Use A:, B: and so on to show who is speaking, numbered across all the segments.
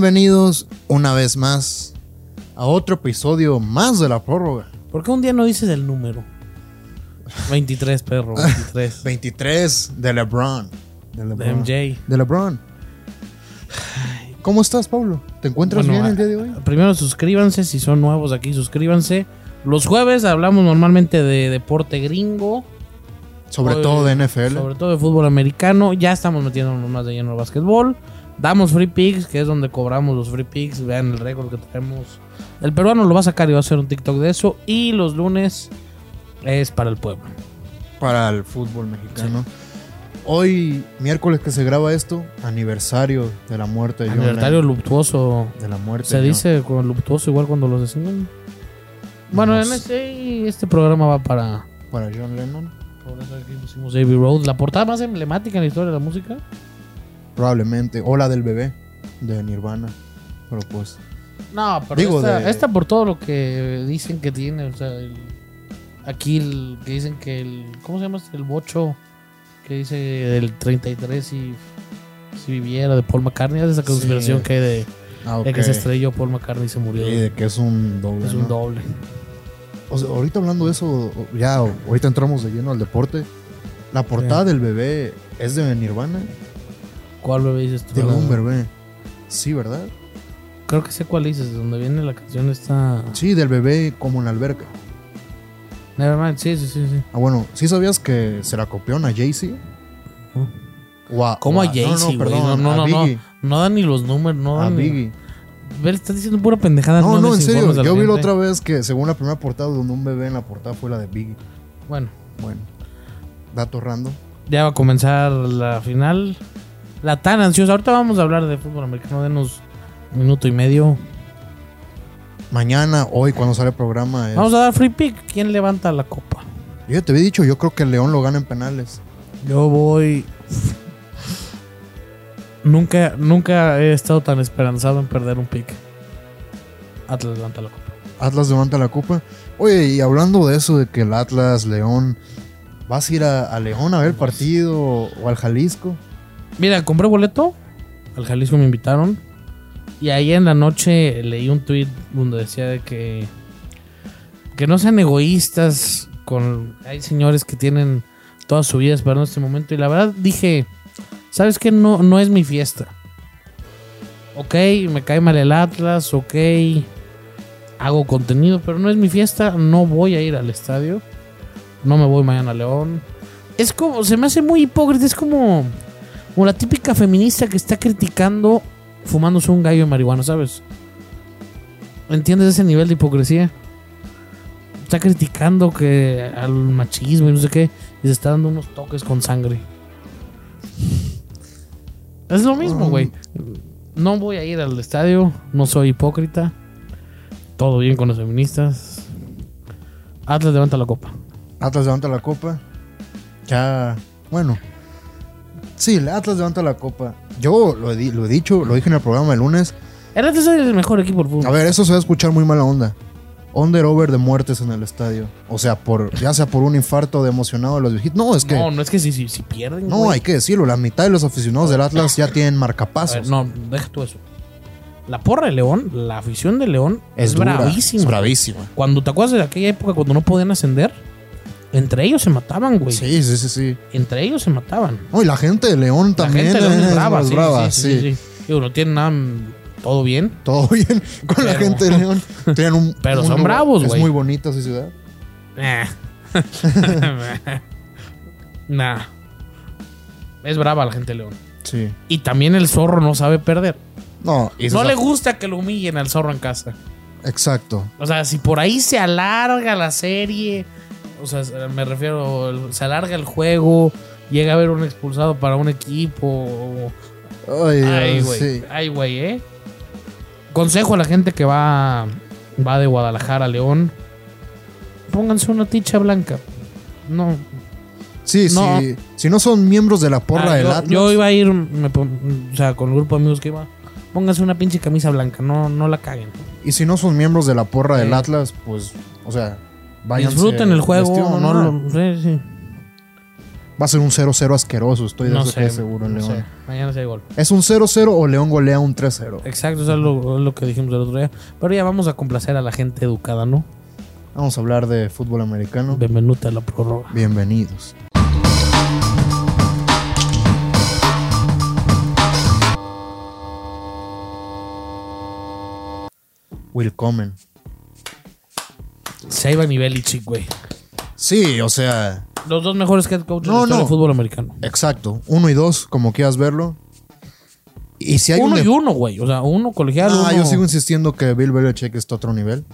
A: Bienvenidos una vez más a otro episodio más de la prórroga.
B: ¿Por qué un día no dices el número? 23, perro, 23.
A: 23 de LeBron. De
B: De MJ.
A: De LeBron. ¿Cómo estás, Pablo? ¿Te encuentras
B: Bueno,
A: bien el día de hoy?
B: Primero suscríbanse, si son nuevos aquí, suscríbanse. Los jueves hablamos normalmente de deporte gringo,
A: Sobre
B: hoy-
A: todo de NFL.
B: sobre todo de fútbol americano. Ya estamos metiéndonos más de lleno al básquetbol. Damos free picks, que es donde cobramos los free picks. Vean el récord que tenemos. El peruano lo va a sacar y va a hacer un TikTok de eso. Y los lunes es para el pueblo.
A: para el fútbol mexicano. Hoy, miércoles que se graba esto, aniversario de la muerte de John
B: Aniversario
A: Lennon.
B: luctuoso.
A: De la muerte
B: Se
A: de John.
B: dice con luctuoso igual cuando los decimos. Bueno,
A: No
B: en
A: sé.
B: este, este programa va para.
A: Para John Lennon.
B: Por eso aquí pusimos Abbey Road, la portada más emblemática en la historia de la música.
A: Probablemente. O la del bebé de Nirvana. Pero pues.
B: No, pero
A: Digo,
B: esta,
A: de-
B: esta por todo lo que dicen que tiene. O sea, el- aquí el, que dicen que el. ¿Cómo se llama? este? El bocho que dice el 33 y. Si viviera de Paul McCartney, es esa
A: Sí.
B: conspiración que hay de,
A: Ah,
B: de
A: ok.
B: que se estrelló Paul McCartney y se murió.
A: Sí, de que es un doble.
B: es
A: ¿no?
B: un doble.
A: O sea, ahorita hablando de eso, ya ahorita entramos de lleno al deporte. La portada del bebé es de Nirvana.
B: ¿Cuál bebé dices tú?
A: De un bebé. Sí, ¿verdad?
B: Creo que sé cuál dices, de donde viene la canción esta.
A: Sí, del bebé como en la alberca.
B: Nevermind, sí, sí, sí. sí.
A: Ah, bueno, ¿sí sabías que se la copiaron a Jay-Z?
B: Ujú.
A: O a-
B: ¿Cómo
A: o
B: a Jay-Z?
A: No, no,
B: güey?
A: perdón,
B: no, no,
A: a
B: no,
A: Biggie.
B: no. No dan ni los números, no
A: A
B: dan. ni-
A: Biggie.
B: Ver, estás diciendo pura pendejada.
A: No, no, en serio.
B: desinformes a la
A: Yo vi la
B: gente.
A: otra vez que según la primera portada donde un bebé en la portada fue la de Biggie.
B: Bueno,
A: Bueno, dato random.
B: ya va a comenzar la final. La tan ansiosa. Ahorita vamos a hablar de fútbol americano. Denos un minuto y medio.
A: Mañana, hoy, cuando sale el programa, es-
B: Vamos a dar free pick. ¿Quién levanta la copa?
A: yo ya te había dicho, yo creo que León lo gana en penales.
B: Yo voy. Nunca, nunca he estado tan esperanzado en perder un pick. Atlas levanta la copa.
A: Atlas levanta la copa. Oye, y hablando de eso, de que el Atlas, León, ¿vas a ir a, a León a ver el partido o al Jalisco?
B: Mira, compré boleto. Al Jalisco me invitaron. Y ahí en la noche leí un tweet donde decía de que. Que no sean egoístas. Con, hay señores que tienen toda su vida esperando este momento. Y la verdad dije: ¿Sabes qué? No, no es mi fiesta. Ok, me cae mal el Atlas. Ok, hago contenido. Pero no es mi fiesta. No voy a ir al estadio. No me voy mañana a León. Es como. Se me hace muy hipócrita. Es como. Como la típica feminista que está criticando fumándose un gallo de marihuana, ¿sabes? ¿Entiendes ese nivel de hipocresía? Está criticando que al machismo y no sé qué, y se está dando unos toques con sangre. Es lo mismo,
A: Um.
B: güey. No voy a ir al estadio, no soy hipócrita. Todo bien con los feministas. Atlas levanta la copa.
A: Atlas levanta la copa. Ya, bueno. Sí, el Atlas levanta la copa. Yo lo he, di- lo he dicho, lo dije en el programa el lunes.
B: El Atlas es el mejor equipo del
A: A
B: fútbol.
A: ver, eso se va a escuchar muy mala onda. Under over de muertes en el estadio. O sea, por ya sea por un infarto de emocionado de los viejitos. No, es que.
B: No,
A: No,
B: no es que si, si, si pierden. güey.
A: hay que decirlo. La mitad de los aficionados del Atlas ya tienen
B: A ver,
A: marcapasos.
B: no, deja tú eso. La porra de León, la afición de León es,
A: dura,
B: bravísima.
A: Es bravísima.
B: Cuando te acuerdas de aquella época cuando no podían ascender, entre ellos se mataban, güey.
A: Sí, sí, sí, sí.
B: Entre ellos se mataban.
A: No, y la gente de León
B: La
A: también
B: gente de León
A: es
B: es brava,
A: más
B: sí,
A: brava,
B: sí, sí, sí, sí. Digo, no tienen nada, mm, todo bien.
A: Todo bien con la
B: Pero-
A: gente de León. Tienen un,
B: Pero
A: un
B: son
A: lugar-
B: bravos,
A: Es
B: güey.
A: muy bonita su ciudad.
B: Eh. nah. Es brava la gente de León.
A: Sí.
B: Y también el zorro no sabe perder.
A: No, y
B: No
A: esa-
B: le gusta que lo humillen al zorro en casa.
A: Exacto.
B: O sea, si por ahí se alarga la serie, o sea, me refiero, el- se alarga el juego, llega a haber un expulsado para un equipo. o-
A: Ay,
B: Ay,
A: Dios,
B: güey.
A: sí.
B: Ay, güey, ¿eh? Consejo a la gente que va, va de Guadalajara a León: pónganse una ticha blanca. No,
A: Sí,
B: No.
A: sí. Si no son miembros de la porra
B: Ah,
A: del
B: yo,
A: Atlas.
B: yo iba a ir, me pon- o sea, con el grupo de amigos que iba. Pónganse una pinche camisa blanca, no, no la caguen.
A: Y si no son miembros de la porra del
B: Sí.
A: Atlas, pues, o sea, vayan.
B: Disfruten el juego, no lo- sí, sí.
A: Va a ser un 0-0 asqueroso, estoy de
B: no
A: eso
B: sé.
A: seguro en
B: no
A: León.
B: sé. Mañana se hay gol.
A: ¿Es un 0-0 o León golea un 3-0?
B: Exacto, eso es lo, lo que dijimos el otro día. Pero ya vamos a complacer a la gente educada, ¿no?
A: Vamos a hablar de fútbol americano.
B: Bienvenuta a la prórroga.
A: Bienvenidos. Willkommen.
B: Se iba y Belichick, güey.
A: Sí, o sea,
B: Los dos mejores head coaches
A: No,
B: de
A: no.
B: del fútbol americano.
A: exacto. Uno y dos, como quieras verlo. Y si hay
B: uno
A: un.
B: y
A: def-
B: uno, güey. O sea, uno colegial,
A: Ah,
B: uno-
A: yo sigo insistiendo que Bill Belichick está a otro nivel.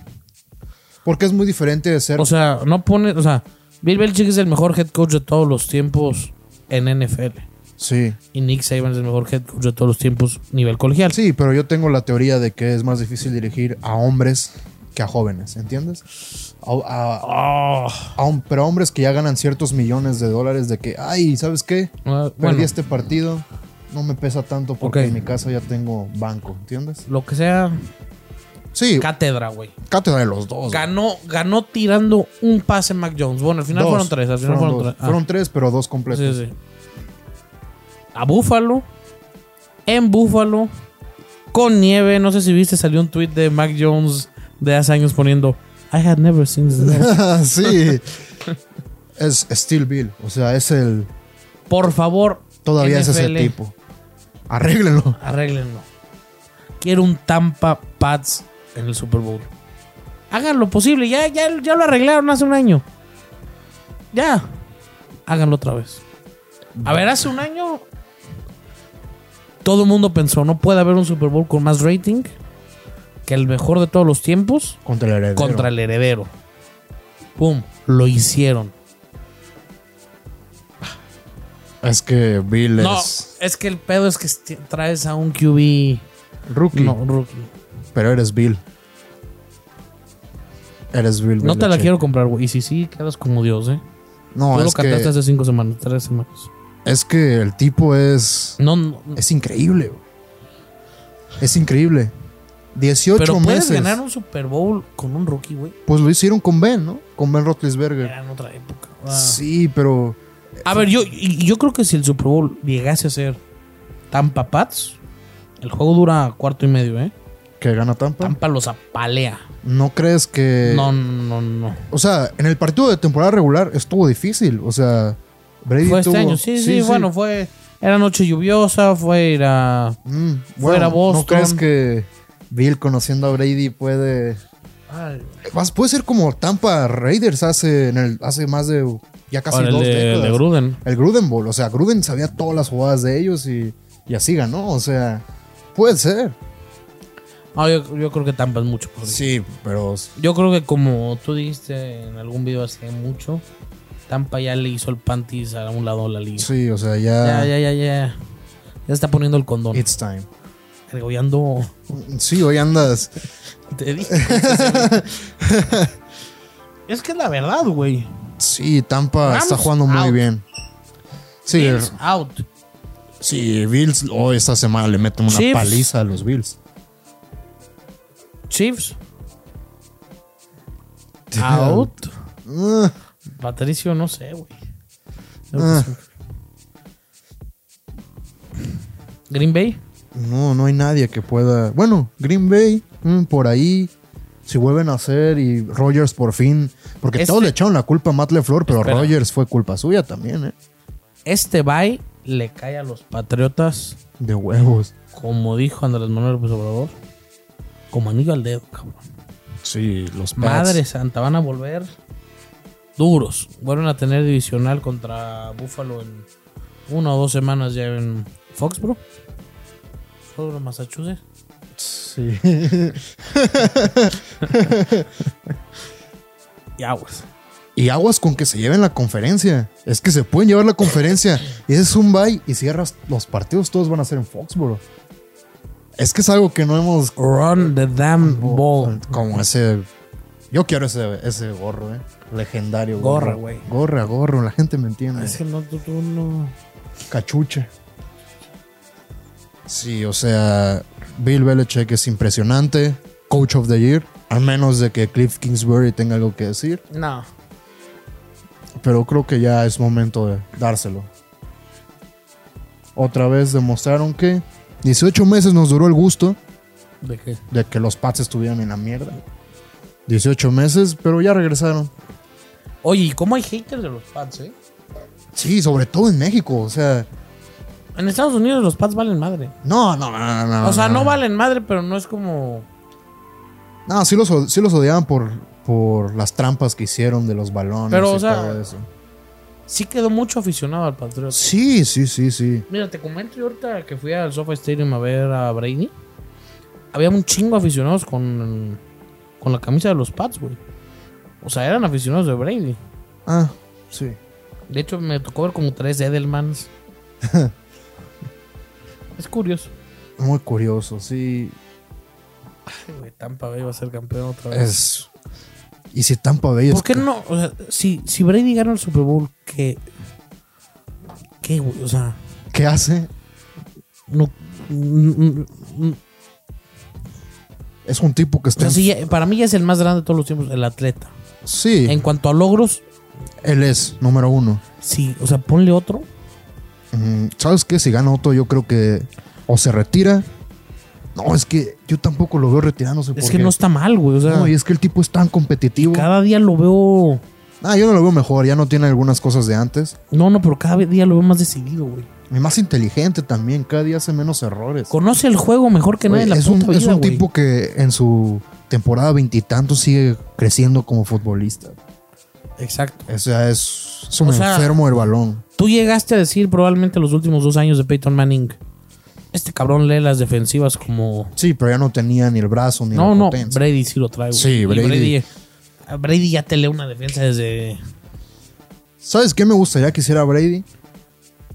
A: Porque es muy diferente de ser.
B: O sea, no pone... O sea, Bill Belichick es el mejor head coach de todos los tiempos en NFL.
A: sí.
B: Y Nick Saban es el mejor head coach de todos los tiempos nivel colegial.
A: Sí, pero yo tengo la teoría de que es más difícil dirigir a hombres que a jóvenes, ¿entiendes? A- a-
B: Ah,
A: a hom- pero a hombres que ya ganan ciertos millones de dólares de que, ay, ¿sabes qué?
B: ah,
A: Perdí
B: bueno,
A: este partido, no me pesa tanto porque
B: Ok.
A: en mi casa ya tengo banco, ¿entiendes?
B: lo que sea,
A: Sí,
B: cátedra, güey.
A: cátedra de los dos.
B: Ganó, ganó tirando un pase Mac Jones. Bueno, al final
A: Dos.
B: fueron tres. Al final fueron,
A: dos.
B: tres. Ah,
A: Fueron tres, pero dos completos.
B: sí, sí. A Búfalo. En Búfalo. Con nieve. No sé si viste, salió un tweet de Mac Jones de hace años poniendo. I had never seen this. before".
A: sí. es Steel Bill, o sea, es el...
B: Por favor.
A: Todavía es ese
B: NFL,
A: tipo. Arréglenlo.
B: Arréglenlo. Quiero un Tampa Pats en el Super Bowl. Hagan lo posible. Ya, ya, ya lo arreglaron hace un año. Ya. Háganlo otra vez. A ver, hace un año. Todo el mundo pensó: no puede haber un Super Bowl con más rating que el mejor de todos los tiempos
A: Contra el heredero.
B: contra el heredero. Pum. Lo hicieron.
A: Es que Bill
B: No,
A: es
B: es que el pedo es que esti- traes a un QB.
A: rookie,
B: No, rookie.
A: pero eres Bill. Eres Bill.
B: No te la
A: Belichick.
B: quiero comprar, güey. Y si sí, quedas como Dios, ¿eh?
A: No,
B: Tú lo
A: es
B: cantaste
A: que,
B: hace cinco semanas, tres semanas.
A: es que el tipo es.
B: No, no,
A: Es increíble, güey. Es increíble. 18
B: pero puedes
A: meses.
B: ganar un Super Bowl con un rookie, güey.
A: Pues lo hicieron con Ben, ¿no? Con Ben Roethlisberger.
B: Era en otra época. Ah.
A: Sí, pero.
B: A ver, yo, y- yo creo que si el Super Bowl llegase a ser Tampa Pats, el juego dura cuarto y medio, ¿eh?
A: Ah. ¿Que gana Tampa?
B: Tampa los apalea.
A: ¿No crees que.?
B: No, no, no. no.
A: O sea, en el partido de temporada regular estuvo difícil. O sea, Brady
B: Fue este
A: tuvo-
B: año. Sí, sí, bueno, fue. Era noche lluviosa, fue ir a.
A: Mm,
B: Fuera Boston.
A: ¿No crees que Bill conociendo a Brady puede. Vas- puede ser como Tampa Raiders hace, en el, hace más de. Ya casi
B: Ahora, el
A: dos
B: de, el
A: décadas.
B: de Gruden.
A: El Gruden Bowl. O sea, Gruden sabía todas las jugadas de ellos y, y así ganó. O sea, puede ser.
B: Ah, yo, yo creo que Tampa es mucho. por
A: Sí, pero.
B: Yo creo que como tú dijiste en algún video hace mucho, Tampa ya le hizo el panties a un lado a la liga.
A: Sí, o sea,
B: Ya,
A: ya.
B: ya, ya, ya. Ya está poniendo el condón.
A: It's time.
B: Argollando.
A: Sí, hoy andas.
B: Te dije. es que es la verdad, güey.
A: Sí, Tampa
B: Rams
A: está jugando muy
B: out.
A: bien. Sí,
B: Bills out.
A: sí, Bills. Hoy esta semana le meten una
B: Chiefs.
A: paliza a los Bills.
B: Chiefs. Out.
A: Ah,
B: Patricio, no sé, güey.
A: Ah.
B: Green Bay.
A: No, no hay nadie que pueda. Bueno, Green Bay, mm, por ahí. Si vuelven a hacer y Rogers por fin. Porque
B: Este-
A: todos le echaron la culpa a Matt LeFleur, pero
B: Espera.
A: Rogers fue culpa suya también, ¿eh?
B: Este bye le cae a los Patriotas
A: De huevos.
B: como dijo Andrés Manuel López Obrador, como anillo al dedo, cabrón.
A: Sí, los Pats.
B: Madre santa, van a volver duros. Vuelven a tener divisional contra Buffalo en una o dos semanas ya en Foxborough. Foxborough, Massachusetts.
A: Sí.
B: Y aguas.
A: Y aguas con que se lleven la conferencia. Es que se pueden llevar la conferencia. Y ese es un bye y cierras los partidos, todos van a ser en Foxborough. Es que es algo que no hemos.
B: Run the damn ball.
A: Como ese. Yo quiero ese, ese gorro, ¿eh? Legendario.
B: Gorra,
A: gorro.
B: güey.
A: Gorra, gorro. La gente me entiende.
B: Es que no, tú, tú no.
A: Cachucha. Sí, o sea, Bill Belichick es impresionante. Coach of the Year. Al menos de que Cliff Kingsbury tenga algo que decir.
B: No.
A: pero creo que ya es momento de dárselo. Otra vez demostraron que 18 meses nos duró el gusto
B: ¿De qué?
A: de que los Pats estuvieran en la mierda. 18 meses, pero ya regresaron.
B: Oye, ¿y cómo hay haters de los Pats, eh?
A: Sí, sobre todo en México, o sea,
B: En Estados Unidos los Pats valen madre.
A: no, no, no, no, no.
B: O sea, no valen madre, pero no es como.
A: No, sí los, od- sí los odiaban por, por las trampas que hicieron de los balones
B: Pero,
A: y
B: o sea,
A: todo eso.
B: Sí quedó mucho aficionado al Patriots.
A: Sí, sí, sí, sí.
B: Mira, te comento yo ahorita que fui al Sofa Stadium a ver a Brady. Había un chingo aficionados con, con la camisa de los Pats, güey. O sea, eran aficionados de Brady.
A: Ah, sí.
B: De hecho, me tocó ver como tres Edelmans. es curioso.
A: Muy curioso, sí.
B: Ay, güey, Tampa Bay va a ser campeón otra vez.
A: Es. Y si Tampa Bay es-
B: ¿Por qué no? O sea, si, si Brady gana el Super Bowl, ¿qué? ¿Qué, güey? O sea,
A: ¿Qué hace?
B: no. mm, mm, mm,
A: Es un tipo que
B: o
A: está.
B: sea,
A: en-
B: sí, ya- para mí ya es el más grande de todos los tiempos, el atleta.
A: sí,
B: En cuanto a logros,
A: él es número uno.
B: sí. O sea, ponle otro.
A: Mm, ¿Sabes qué? Si gana otro, yo creo que. O se retira. No, es que yo tampoco lo veo retirándose.
B: Es
A: porque-
B: que no está mal, güey. O sea,
A: No, y es que el tipo es tan competitivo.
B: cada día lo veo.
A: Ah, yo no lo veo mejor. Ya no tiene algunas cosas de antes.
B: No, no, pero cada día lo veo más decidido, güey.
A: Y más inteligente también. Cada día hace menos errores.
B: Conoce el juego mejor que nadie
A: Güey,
B: en la
A: es,
B: puta
A: un, es
B: vida,
A: un
B: güey.
A: tipo que en su temporada veintitantos sigue creciendo como futbolista.
B: Exacto.
A: O sea, es, es un
B: O sea-
A: enfermo del balón.
B: Tú llegaste a decir probablemente los últimos dos años de Peyton Manning. Este cabrón lee las defensivas como.
A: Sí, pero ya no tenía ni el brazo ni
B: No,
A: la
B: no,
A: potencia.
B: Brady sí lo trae. güey.
A: Sí,
B: Y
A: Brady-
B: Brady. a Brady ya te lee una defensa desde
A: ¿Sabes qué me gustaría que hiciera Brady?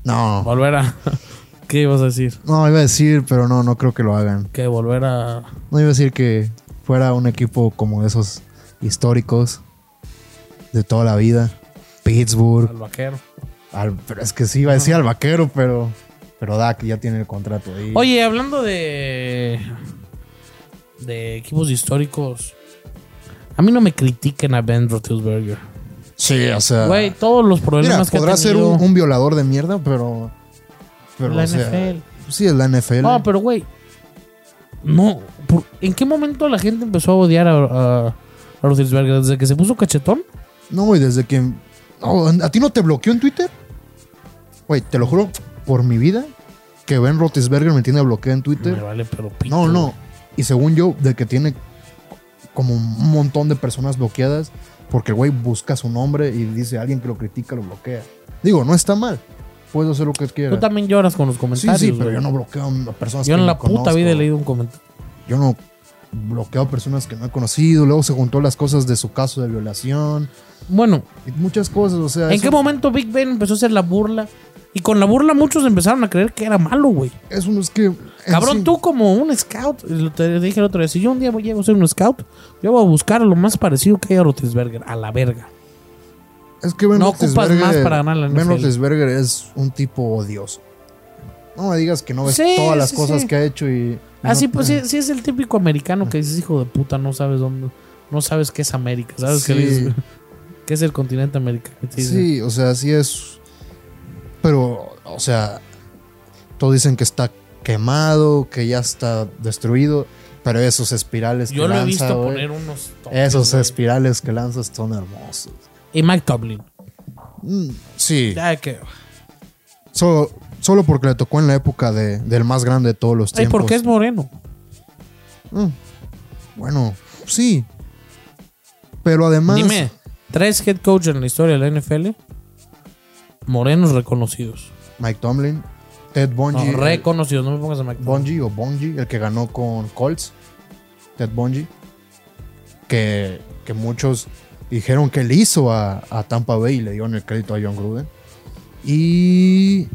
A: No,
B: volver a. ¿Qué ibas a decir?
A: no iba a decir, pero no, no creo que lo hagan.
B: Que volver a.
A: No iba a decir que fuera un equipo como de esos históricos de toda la vida. Pittsburgh.
B: al vaquero.
A: al- pero es que sí iba a decir al vaquero, pero. Pero Dak ya tiene el contrato ahí.
B: Oye, hablando de. de equipos históricos. A mí no me critiquen a Ben Roethlisberger.
A: sí, o sea.
B: Güey, todos los problemas
A: Mira,
B: que
A: podrá
B: ha
A: ser
B: tenido
A: un, un violador de mierda, pero. pero
B: la
A: o sea,
B: NFL.
A: Sí, es la NFL.
B: No, pero güey. No. ¿por- ¿En qué momento la gente empezó a odiar a, a, a Roethlisberger? ¿Desde que se puso cachetón?
A: No, y desde que. no, ¿A ti no te bloqueó en Twitter? Güey, te lo juro, por mi vida, que Ben Rotisberger me tiene bloqueado en
B: Me
A: Twitter.
B: vale, pero pito,
A: No,
B: güey.
A: no. Y según yo, de que tiene como un montón de personas bloqueadas, porque el güey busca su nombre y dice alguien que lo critica, lo bloquea. Digo, no está mal. Puedes hacer lo que
B: Tú
A: quieras.
B: también lloras con los
A: Sí,
B: comentarios.
A: sí, pero
B: güey.
A: yo no bloqueo a personas
B: Yo
A: que
B: en
A: no
B: la puta
A: conozco.
B: vida he leído un comentario.
A: Yo no bloqueo a personas que no he conocido. Luego se juntó las cosas de su caso de violación
B: Bueno,
A: y muchas cosas. O sea,
B: ¿en
A: eso-
B: qué momento Big Ben empezó a hacer la burla? Y con la burla muchos empezaron a creer que era malo, güey.
A: Es un es que. en
B: Cabrón,
A: sí-
B: tú como un scout, lo te dije el otro día, si yo un día voy- llego a ser un scout, yo voy a buscar lo más parecido que hay a Rotisberger, a la verga.
A: Es que Ben
B: no ocupas
A: Roethlisberger-
B: más para ganar la
A: Ben
B: NFL.
A: Roethlisberger es un tipo odioso. No me digas que no ves
B: Sí,
A: todas las
B: sí,
A: cosas
B: sí.
A: que ha hecho y.
B: Así
A: no-
B: pues, sí, sí es el típico americano que dices, hijo de puta, no sabes dónde, no sabes qué es América, ¿sabes qué
A: Sí.
B: dices? ¿Qué es el continente americano? Y te
A: Sí,
B: dicen,
A: o sea, sí es. Pero, o sea. Todos dicen que está quemado, que ya está destruido. Pero esos espirales
B: Yo
A: que
B: lo he
A: lanza.
B: visto
A: güey,
B: poner unos... toques,
A: esos
B: güey.
A: espirales que lanzas son hermosos.
B: Y Mike Tomlin.
A: Mm, sí.
B: Ya que...
A: Solo, solo porque le tocó en la época de, del más grande de todos los
B: Ay,
A: tiempos.
B: ¿por qué es moreno?
A: Mm. Bueno, sí. Pero además.
B: Dime, tres head coaches en la historia de la NFL morenos reconocidos.
A: Mike Tomlin, Ted
B: No,
A: Bungie.
B: reconocidos, no me pongas a Mike Tomlin.
A: Bungie o Bungie, el que ganó con Colts. Ted Bungie. Que, que muchos dijeron que le hizo a, a Tampa Bay y le dieron el crédito a John Gruden. Y.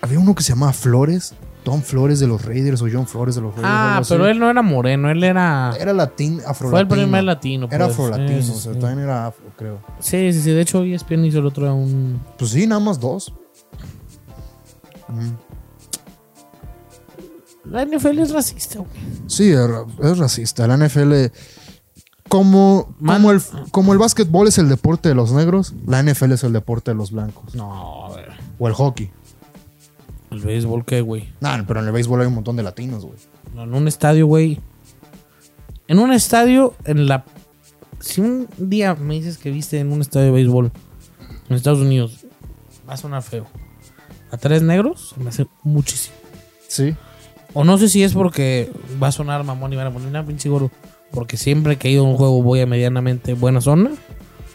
A: Había uno que se llamaba Flores. Tom Flores de los Raiders o John Flores de los Raiders.
B: Ah,
A: algo así.
B: pero él no era moreno, él era...
A: Era latín, afro
B: Fue el primer latino.
A: Era
B: pues.
A: afro latino,
B: Sí, sí,
A: o sea,
B: sí.
A: también era afro, creo.
B: Sí, sí, sí, De hecho, E ESPN hizo el otro día un...
A: Pues sí, nada más dos. Mm.
B: La NFL es racista, güey.
A: Sí, es ra- es racista. La NFL, Como,
B: Man-
A: como, el, como el básquetbol es el deporte de los negros, la NFL es el deporte de los blancos.
B: No, a ver.
A: O el hockey.
B: ¿El béisbol qué, güey?
A: Nah, pero en el béisbol hay un montón de latinos, güey.
B: No, en un estadio, güey. En un estadio, en la. Si un día me dices que viste en un estadio de béisbol en Estados Unidos, va a sonar feo. A tres negros me hace muchísimo.
A: Sí.
B: O no sé si es porque va a sonar mamón y van a poner una pinche gordo. Porque siempre que he ido a un juego voy a medianamente buena zona.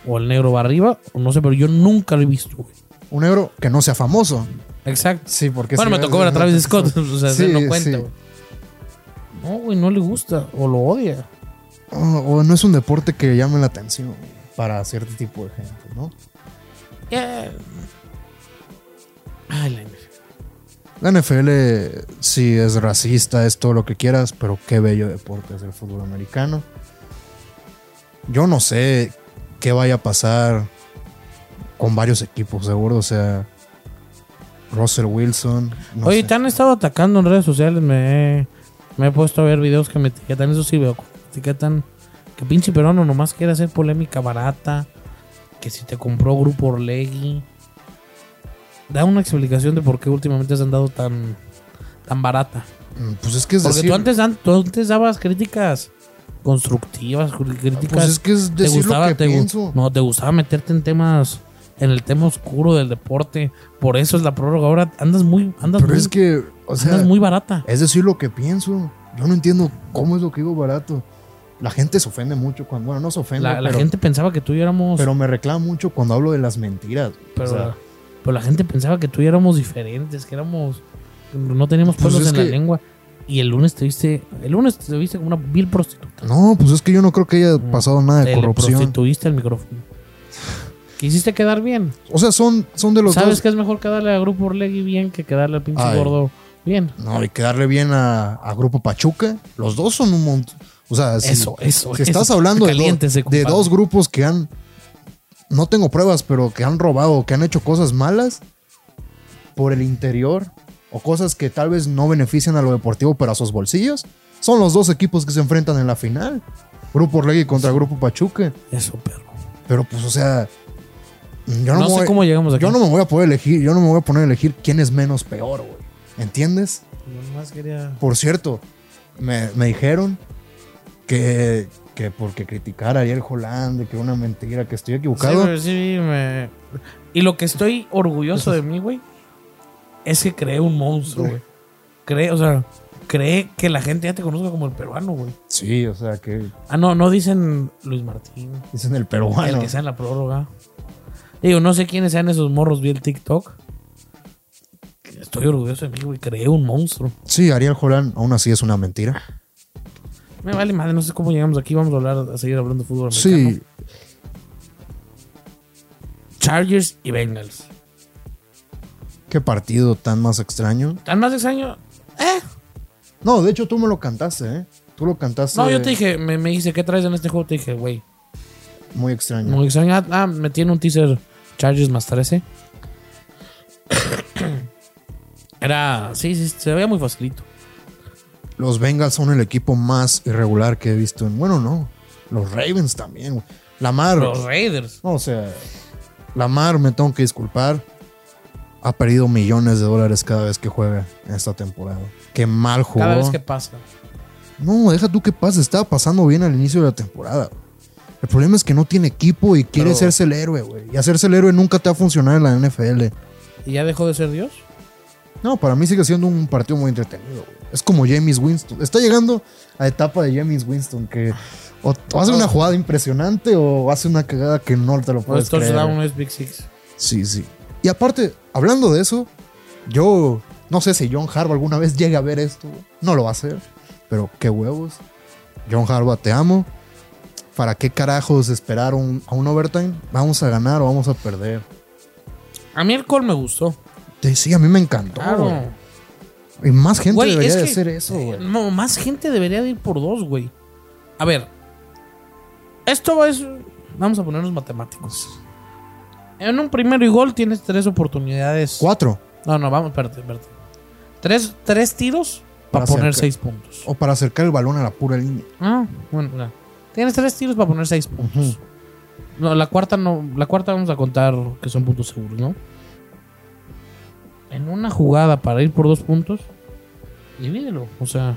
B: O el negro va arriba. O no sé, pero yo nunca lo he visto, güey.
A: Un negro que no sea famoso.
B: Exacto.
A: Sí, porque
B: Bueno,
A: si
B: me
A: ves-
B: tocó ver a Travis Scott. o sea,
A: Sí,
B: no cuenta,
A: sí.
B: güey. No, güey, no le gusta. O lo odia.
A: O, o no es un deporte que llame la atención para cierto tipo de gente, ¿no?
B: Eh. Ay, la mierda.
A: La NFL sí es racista, es todo lo que quieras, pero qué bello deporte es el fútbol americano. Yo no sé qué vaya a pasar con varios equipos, seguro. O sea, Russell Wilson. no
B: Oye,
A: sé.
B: te han estado atacando en redes sociales. Me he, me he puesto a ver videos que me etiquetan. Eso sí veo. que me Etiquetan que pinche peruano nomás quiere hacer polémica barata. Que si te compró Grupo Orlegui. Da una explicación de por qué últimamente se han dado tan, tan barata.
A: Mm, Pues es que es
B: Porque
A: decir,
B: tú, antes, dan- tú antes dabas críticas constructivas, cr- críticas.
A: pues es que es
B: te
A: decir
B: gustaba,
A: lo que
B: te gu-
A: pienso.
B: no, te gustaba meterte en temas, en el tema oscuro del deporte. Por eso es la prórroga. Ahora andas muy, andas
A: pero
B: muy,
A: es que, o sea,
B: andas muy barata.
A: es decir lo que pienso. Yo no entiendo cómo es lo que digo barato. La gente se ofende mucho cuando, bueno, no se ofende,
B: La, la
A: pero,
B: gente pensaba que tú y yo éramos,
A: pero me reclama mucho cuando hablo de las mentiras. o
B: pero,
A: sea,
B: pero la gente pensaba que tú y yo éramos diferentes, que éramos, no teníamos
A: Pues
B: pelos
A: es
B: en la
A: que-
B: lengua. Y el lunes te viste, el lunes te viste como una vil prostituta.
A: No, pues es que yo no creo que haya pasado nada Ah, de
B: Te le
A: corrupción.
B: prostituiste Mm. el micrófono. Quisiste quedar bien.
A: O sea, son, son de los
B: ¿Sabes
A: dos.
B: que es mejor quedarle a Grupo Orlegui bien que quedarle al pinche
A: Ay.
B: gordo bien?
A: No, y quedarle bien a, a Grupo Pachuca. Los dos son un montón. O sea, si,
B: Eso, eso,
A: si
B: eso.
A: estás hablando de, do-
B: Caliéntese,
A: de
B: compadre.
A: dos grupos que han. No tengo pruebas, pero que han robado, que han hecho cosas malas por el interior o cosas que tal vez no benefician a lo deportivo, pero a sus bolsillos. Son los dos equipos que se enfrentan en la final. Grupo Orlegui contra Grupo Pachuca.
B: Eso, perro.
A: Pero pues, o sea, yo no,
B: No
A: me
B: sé
A: voy-
B: cómo llegamos aquí.
A: Yo no me voy a poder elegir, yo no me voy a poner a elegir quién es menos peor, güey. ¿Entiendes?
B: Yo nomás quería.
A: Por cierto, me, me dijeron que, que porque criticar a Ariel Holland, de que una mentira, que estoy equivocado.
B: Sí, güey, sí, me- Y lo que estoy orgulloso de mí, güey, es que creé un monstruo, güey. Creé, o sea, creé que la gente ya te conozca como el peruano, güey.
A: Sí, o sea, que
B: Ah, no, no dicen Luis Martín,
A: dicen el peruano.
B: el que sea en la prórroga. Digo, no sé quiénes sean esos morros, vi el TikTok. Estoy orgulloso de mí, güey. Creé un monstruo.
A: Sí, Ariel Holland aún así es una
B: Ah,
A: mentira.
B: Me vale madre, no sé cómo llegamos aquí. Vamos a hablar, a seguir hablando de fútbol americano.
A: Sí,
B: Chargers y Bengals.
A: qué partido tan más extraño.
B: ¿Tan más extraño? Eh.
A: No, de hecho tú me lo cantaste, ¿eh? Tú lo cantaste.
B: No, yo te dije, me, me dice, ¿qué traes en este juego? Te dije, güey,
A: Muy extraño.
B: Muy extraño. Ah, Ah, me tiene un teaser Chargers más 13. Era. Sí, sí, se veía muy facilito.
A: Los Bengals son el equipo más irregular que he visto en. Bueno, no. Los Ravens también, güey. Lamar.
B: Los Raiders.
A: No, o sea. Lamar, me tengo que disculpar. Ha perdido millones de dólares cada vez que juega en esta temporada. Qué mal jugó.
B: Cada vez que pasa.
A: No, deja tú que pase. Estaba pasando bien al inicio de la temporada. güey. El problema es que no tiene equipo y quiere
B: Pero-
A: hacerse el héroe, güey. Y hacerse el héroe nunca te va a funcionar en la NFL.
B: ¿Y ya dejó de ser Dios?
A: No, para mí sigue siendo un partido muy entretenido. güey. Es como James Winston. Está llegando a etapa de James Winston que o, o hace una jugada impresionante o hace una cagada que no te lo
B: O
A: puedes
B: es
A: creer.
B: touchdown,
A: güey.
B: no es Big Six.
A: Sí, sí. Y aparte, hablando de eso, yo no sé si John Harbaugh alguna vez llegue a ver esto. güey. No lo va a hacer, pero qué huevos. John Harbaugh, te amo. ¿Para qué carajos esperar un- a un overtime? ¿Vamos a ganar o vamos a perder?
B: A mí el call me gustó.
A: Te- Sí, a mí me encantó. güey.
B: Claro.
A: Y más gente
B: Güey,
A: debería
B: es
A: de
B: que-
A: hacer eso, güey.
B: No, más gente debería de ir por dos, güey. A ver. Esto es. Vamos a ponernos matemáticos. En un primero y gol tienes tres oportunidades.
A: Cuatro.
B: No, no, vamos, espérate, espérate. Tres, tres tiros
A: Para
B: para poner
A: acercar.
B: seis puntos.
A: O para acercar el balón a la pura línea.
B: Ah, bueno, mira. Tienes tres tiros para poner seis puntos.
A: Ujú.
B: No, la cuarta no. La cuarta vamos a contar que son puntos seguros, ¿no? En una jugada para ir por dos puntos, divídelo. O sea.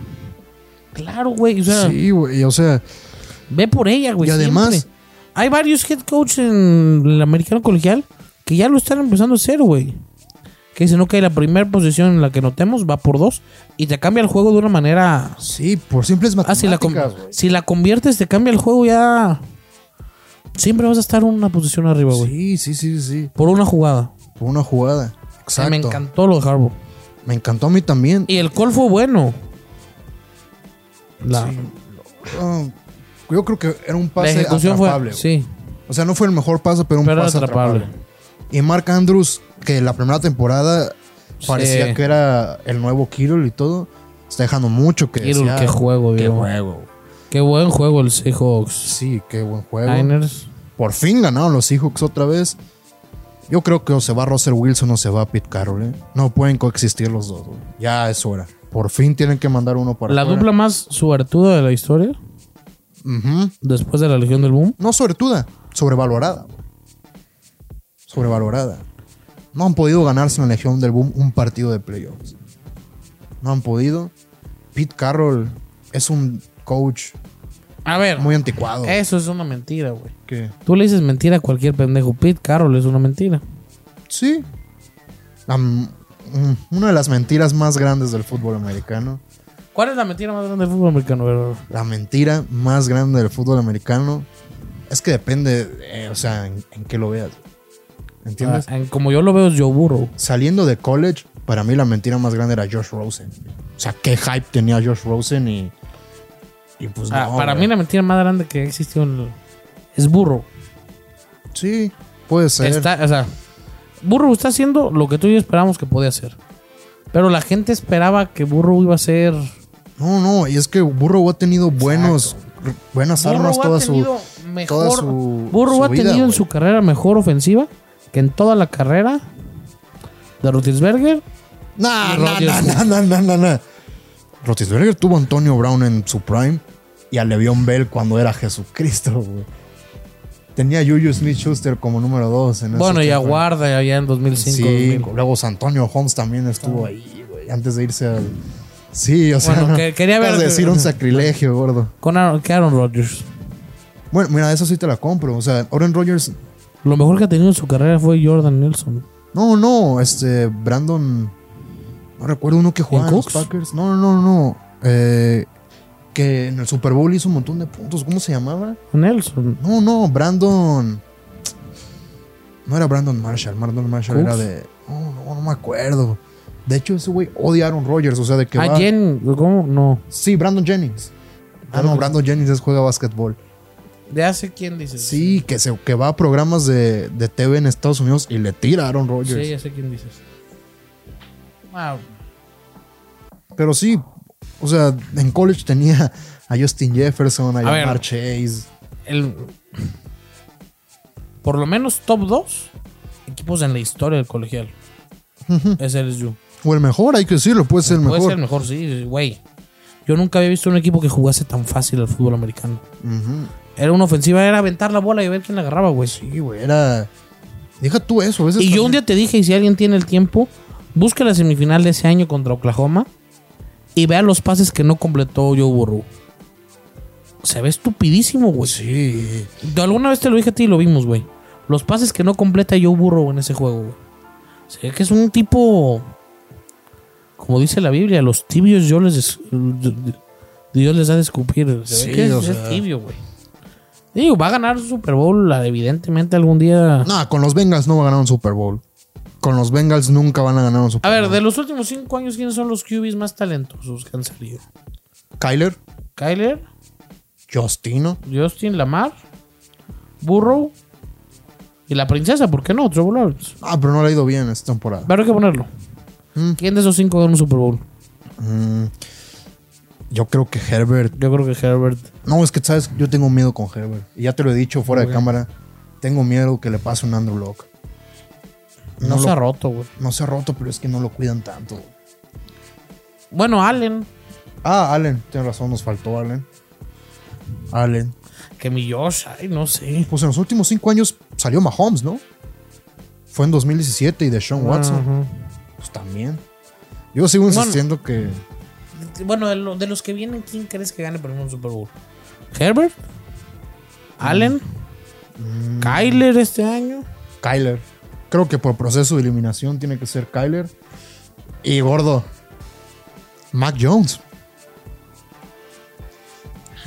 B: Claro, güey. O sea,
A: Sí, güey. O sea,
B: ve por ella, güey.
A: Y además-
B: siempre. Hay varios head coach en el americano colegial que ya lo están empezando a hacer, güey. Que dicen, ok, la primera posición en la que notemos va por dos y te cambia el juego de una manera
A: sí, por simples
B: Ah, si la, com-
A: matemáticas, güey.
B: si la conviertes, te cambia el juego ya. Siempre vas a estar una posición arriba, güey.
A: Sí, sí, sí, sí.
B: Por una jugada.
A: Por una jugada.
B: O sea,
A: Exacto.
B: me encantó lo de Harbaugh.
A: Me encantó a mí también.
B: Y el call fue bueno. La,
A: Ah, yo creo que era un
B: la
A: pase
B: ejecución
A: atrapable.
B: fue.
A: güey.
B: Sí,
A: O sea, no fue el mejor pase, pero un
B: pero era
A: pase atrapable.
B: atrapable.
A: Y Mark Andrews, que la primera temporada parecía
B: Sí.
A: que era el nuevo Kittle y todo, está dejando mucho que
B: Kittle,
A: desear.
B: qué juego,
A: Qué
B: viejo.
A: juego.
B: Qué buen juego el Seahawks.
A: Sí, qué buen juego.
B: Niners.
A: Por fin ganaron los Seahawks otra vez. Yo creo que o se va Russell Wilson o se va Pete Carroll. ¿eh? No pueden coexistir los dos. güey. Ya es hora. Por fin tienen que mandar uno para
B: La
A: afuera.
B: dupla más suertuda de la historia.
A: Ujú.
B: Después de la Legión del Boom.
A: No sobretuda, sobrevalorada. güey. Sobrevalorada. No han podido ganarse en la Legión del Boom un partido de playoffs. No han podido. Pete Carroll es un coach
B: A ver,
A: muy anticuado.
B: eso es una mentira, güey.
A: que-
B: Tú le dices mentira a cualquier pendejo. Pete Carroll es una mentira.
A: Sí. La m- mm, una de las mentiras más grandes del fútbol americano.
B: ¿Cuál es la mentira más grande del fútbol americano? A ver, a ver.
A: La mentira más grande del fútbol americano es que depende, eh, o sea, en, en qué lo veas. ¿Entiendes?
B: Ah, en- como yo lo veo es Joe Burrow.
A: saliendo de college, para mí la mentira más grande era Josh Rosen. O sea, qué hype tenía Josh Rosen y. Y pues
B: Ah,
A: no,
B: para
A: güey.
B: mí la mentira más grande que ha existido en el- es Burrow.
A: Sí, puede ser.
B: Está, o sea, Burrow está haciendo lo que tú y yo esperábamos que podía hacer. Pero la gente esperaba que Burrow iba a ser...
A: No, no, y es que Burrow ha tenido buenos. r- Buenas armas
B: Burrow
A: toda
B: ha tenido
A: su.
B: mejor...
A: toda su-
B: Burrow
A: su
B: ha
A: vida,
B: tenido en
A: güey.
B: su carrera mejor ofensiva que en toda la carrera de Rutisberger.
A: Nah, nah, nah,
B: y Rodgers,
A: nah, nah, nah, nah, nah. Roethlisberger tuvo a Antonio Brown en su prime y a Le'Veon Bell cuando era Jesucristo, güey. Tenía a Juju Smith-Schuster como número 2 en ese
B: Bueno, y
A: tiempo.
B: Aguarda allá en 2005.
A: Sí,
B: 2000.
A: luego San Antonio Holmes también estuvo ahí, güey, antes de irse al. Sí, o sea.
B: Bueno, que- quería ver-
A: acabas de decir un sacrilegio, gordo.
B: Con Aaron, que Aaron Rodgers.
A: Bueno, mira, eso sí te la compro. O sea, Oren Rodgers.
B: Lo mejor que ha tenido en su carrera fue Jordan Nelson.
A: No, no, este. Brandon. No recuerdo uno que jugaba
B: ¿En
A: en los
B: Cooks?
A: Packers. No, no, no, no. Eh, que en el Super Bowl hizo un montón de puntos. ¿Cómo se llamaba?
B: Nelson.
A: No, no, Brandon. No era Brandon Marshall. Brandon Marshall
B: ¿Cooks?
A: era de. No, no, no me acuerdo. De hecho, ese güey odia a Aaron Rodgers. O sea, de que.
B: Ah,
A: va-
B: Jen, ¿cómo? No.
A: Sí, Brandon Jennings. Ah, no, Brandon Jennings es- juega básquetbol.
B: ¿De hace quién dices?
A: Sí, que, se, que va a programas de, de TV en Estados Unidos y le tira a Aaron Rodgers.
B: Sí, ya sé quién dices. Ah,
A: Pero sí, o sea, en college tenía a Justin Jefferson, a
B: A ver.
A: Jamar Chase.
B: el, por lo menos top 2 equipos en la historia del colegial. es LSU.
A: O el mejor, hay que decirlo, puede ser el
B: Puede
A: mejor.
B: ser el mejor, sí, güey. Yo nunca había visto un equipo que jugase tan fácil al fútbol americano.
A: Ujú.
B: Era una ofensiva, era aventar la bola y ver quién la agarraba, güey.
A: Sí, güey, era. Deja tú eso. a veces
B: Y yo un
A: también-
B: día te dije, y si alguien tiene el tiempo, busque la semifinal de ese año contra Oklahoma y vea los pases que no completó Joe Burrow. Se ve estupidísimo, güey.
A: Sí.
B: De alguna vez te lo dije a ti y lo vimos, güey. Los pases que no completa Joe Burrow en ese juego, güey. Se ve que es un tipo. Como dice la Biblia, los tibios yo les. es- Dios les da de escupir. Se
A: Sí,
B: ve que es,
A: o
B: es
A: sea.
B: tibio, güey. Digo, va a ganar su Super Bowl, evidentemente algún día.
A: No, con los Bengals no va a ganar un Super Bowl. Con los Bengals nunca van a ganar un
B: A
A: Super Bowl.
B: ver, de los últimos cinco años, ¿quiénes son los QBs más talentosos que han salido?
A: Kyler,
B: Kyler,
A: Justino.
B: Justin, Lamar, Burrow y la princesa, ¿por qué no? Trevor Lawrence.
A: Ah, pero no le ha ido bien esta temporada.
B: Pero hay que ponerlo.
A: Mm.
B: ¿Quién de esos cinco ganó un Super Bowl?
A: Mm, yo creo que Herbert.
B: Yo creo que Herbert.
A: No, es que sabes, yo tengo miedo con Herbert. Y ya te lo he dicho fuera de cámara. Tengo miedo que le pase un Andrew Locke.
B: No,
A: No
B: se
A: lo-
B: ha roto, güey.
A: No se ha roto, pero es que no lo cuidan tanto.
B: Bueno, Allen.
A: Ah, Allen, tienes razón, nos faltó Allen. Allen.
B: que mi Josh, ay, no sé.
A: Pues en los últimos cinco años salió Mahomes, ¿no? Fue en 2017 y de Sean Watson. Pues también. Yo sigo
B: Bueno.
A: insistiendo que.
B: Ajá. Bueno, de, lo- de los que vienen, ¿quién crees que gane por ejemplo, un Super Bowl? ¿Herbert? ¿Allen?
A: Mm.
B: ¿Kyler este año?
A: Kyler. Creo que por proceso de eliminación tiene que ser Kyler. Y gordo. Mac Jones.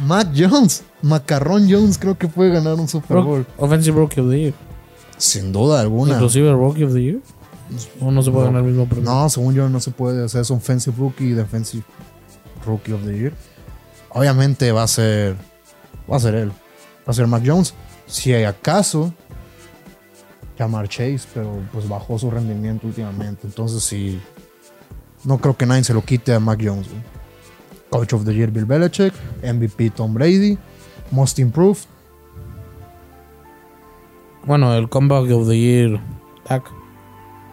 A: Mac Jones. Macarrón Jones creo que puede ganar un Super
B: Rock-
A: Bowl.
B: offensive Rookie of the Year.
A: Sin duda alguna.
B: Inclusive el Rookie of the Year. O no se puede ganar el mismo premio.
A: No, según yo no se puede. O sea, es Offensive Rookie y Defensive Rookie of the Year. Obviamente va a ser. Va a ser él. Va a ser Mac Jones. Si hay acaso. Llamar Chase, pero pues bajó su rendimiento últimamente. Entonces sí. No creo que nadie se lo quite a Mac Jones. güey. Coach of the Year Bill Belichick. MVP Tom Brady. Most Improved.
B: Bueno, el Comeback of the Year. Dak.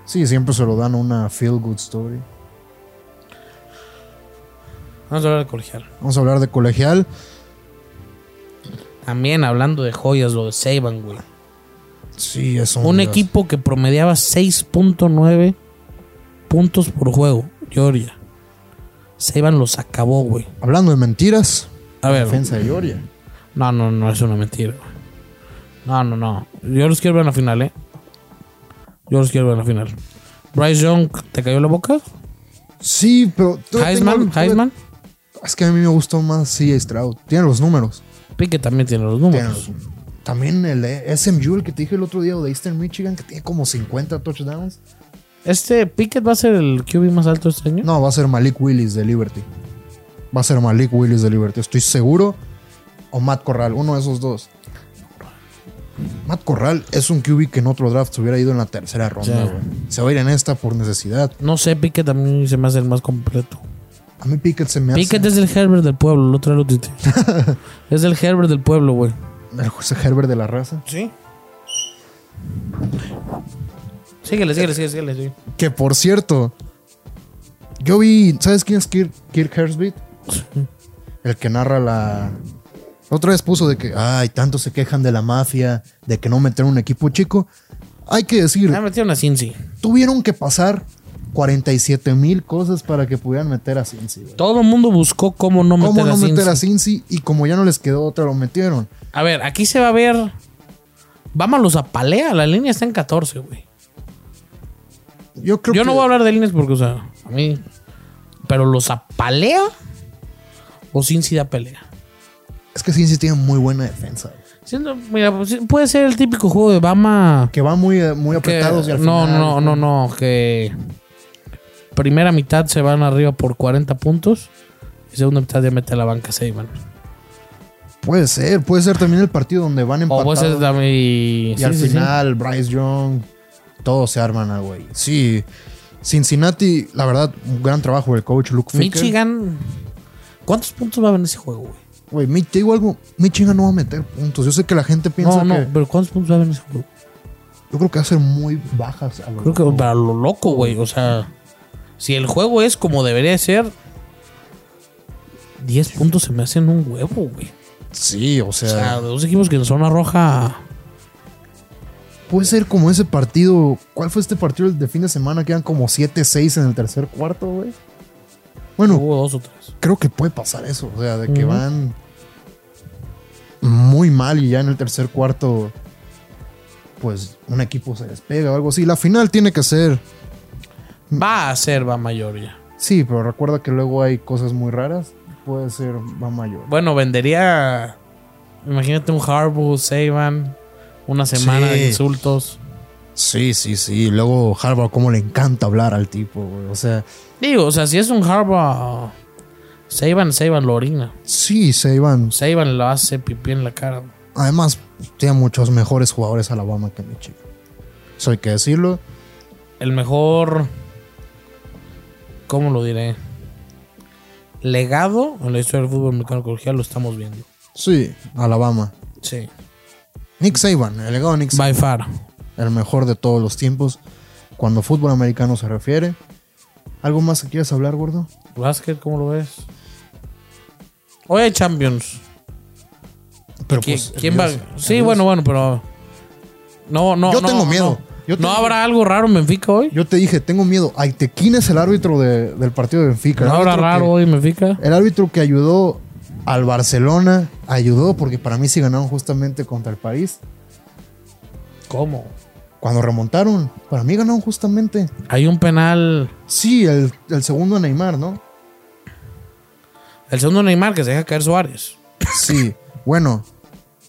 A: Sí, siempre se lo dan una feel good story.
B: Vamos a hablar de colegial.
A: Vamos a hablar de colegial.
B: También hablando de joyas, lo de Saban, güey.
A: Sí, es un.
B: Un equipo que promediaba 6.9 puntos por juego. Georgia. Saban los acabó, güey.
A: Hablando de mentiras.
B: A ver.
A: defensa de Georgia.
B: Mm. No, no, no, es una mentira. güey. No, no, no. Yo los quiero ver en la final, eh. Yo los quiero ver en la final. Bryce Young, ¿te cayó la boca?
A: Sí, pero. todavía
B: Heisman,
A: tengo- todavía-
B: Heisman.
A: Es que a mí me gustó más sí Stroud. Tiene los números.
B: Pique también tiene los
A: Tiene
B: números.
A: los números. También el eh, SMU, el que te dije el otro día, o de Eastern Michigan, que tiene como 50 touchdowns.
B: Este Pickett va a ser el QB más alto este año.
A: No, va a ser Malik Willis de Liberty. Va a ser Malik Willis de Liberty, estoy seguro. O Matt Corral, uno de esos dos. Matt Corral es un QB que en otro draft se hubiera ido en la tercera ronda.
B: Sí.
A: güey. Se va a ir en esta por necesidad.
B: No sé, Pickett también se me hace el más completo.
A: A mí Pickett se me hace.
B: Pickett es el Herbert del pueblo, el otro lo tuiteé. es el Herbert del pueblo, güey.
A: el José Herbert de la raza.
B: Sí. Síguele, síguele, síguele, síguele. sí.
A: Que por cierto, yo vi, ¿sabes quién es Kirk, Kirk Herbstreit? El que narra la... Otra vez puso de que, ay, tanto se quejan de la mafia, de que no meter un equipo chico. Hay que decir,
B: Ah, metieron a Cincy.
A: tuvieron que pasar 47 mil cosas para que pudieran meter a Cincy. güey.
B: Todo el mundo buscó cómo no meter
A: ¿Cómo no
B: a Cincy.
A: meter a Cincy? Y como ya no les quedó otra, lo metieron.
B: A ver, aquí se va a ver. Vámonos a palea. La línea está en 14, güey.
A: Yo creo
B: Yo
A: que...
B: no voy a hablar de líneas porque, o sea, a mí. Pero los apalea o Cincy da pelea.
A: Es que Cincy tiene muy buena defensa. güey.
B: Siento- mira, pues, puede ser el típico juego de Bama.
A: Que van muy, eh, muy
B: que-
A: apretados y al
B: no,
A: final- pues.
B: no, no, no. Que primera mitad se van arriba por 40 puntos. Y segunda mitad ya mete a la banca Seyman.
A: Puede ser, puede ser también el partido donde van
B: O
A: empatados.
B: puede ser también. Y
A: Y al final, pues, Bryce Young, todos se arman al güey. Sí, Cincinnati, la verdad, un gran trabajo del coach Luke Fickell.
B: Michigan. ¿Cuántos puntos va a haber en ese juego, güey?
A: Güey, mi- te digo algo, Michigan no va a meter puntos. Yo sé que la gente piensa
B: No, no,
A: que.
B: pero ¿cuántos puntos va a haber en ese juego?
A: Yo creo que va a ser muy bajas. a lo
B: Creo que
A: loco.
B: para lo loco, güey. O sea, si el juego es como debería ser, 10 puntos se me hacen un huevo, güey.
A: Sí, o
B: O
A: sea,
B: sea, de dos equipos que en zona roja.
A: Puede ser como ese partido. ¿Cuál fue este partido el de fin de semana? Quedan como 7-6 en el tercer cuarto, güey. Bueno,
B: Hubo dos o tres.
A: creo que puede pasar eso. O sea, de que
B: Ujú.
A: van muy mal y ya en el tercer cuarto, pues un equipo se despega o algo así. La final tiene que ser.
B: Va a ser va mayoría.
A: Sí, pero recuerda que luego hay cosas muy raras. Puede ser va mayor.
B: Bueno, vendería. Imagínate un Harbour, Saban. Una semana
A: Sí.
B: de insultos.
A: Sí, sí, sí. Luego Harvard, como le encanta hablar al tipo, güey. O sea,
B: Digo, o sea, si es un Harbour. Saban, Saban lo orina.
A: sí, se iban.
B: Saban lo hace pipí en la cara. güey.
A: Además, tiene muchos mejores jugadores Alabama que Michigan. Eso hay que decirlo.
B: el mejor. ¿Cómo lo diré? Legado en la historia del fútbol americano colegial lo estamos viendo.
A: Sí, Alabama.
B: Sí.
A: Nick Saban, el legado de Nick
B: By far.
A: el mejor de todos los tiempos cuando fútbol americano se refiere. ¿Algo más que quieras hablar, gordo?
B: Basket, ¿cómo lo ves? Hoy hay Champions.
A: Pero
B: ¿Qui-
A: pues, el
B: ¿Quién va?
A: Midas- el
B: Sí,
A: Midas-
B: bueno, bueno, pero. No, no.
A: Yo
B: no,
A: tengo miedo.
B: No,
A: Yo
B: ¿No
A: tengo-
B: habrá algo raro en Benfica hoy.
A: Yo te dije, tengo miedo. Aitequín es el árbitro de- del partido de Benfica.
B: no
A: El
B: habrá
A: árbitro que-
B: raro hoy en Benfica.
A: El árbitro que ayudó al Barcelona, ayudó porque para mí sí ganaron justamente contra el París.
B: ¿Cómo?
A: Cuando remontaron, para mí ganaron justamente.
B: Hay un penal.
A: Sí, el, el segundo a Neymar, ¿no?
B: El segundo Neymar que se deja caer Suárez.
A: Sí. Bueno,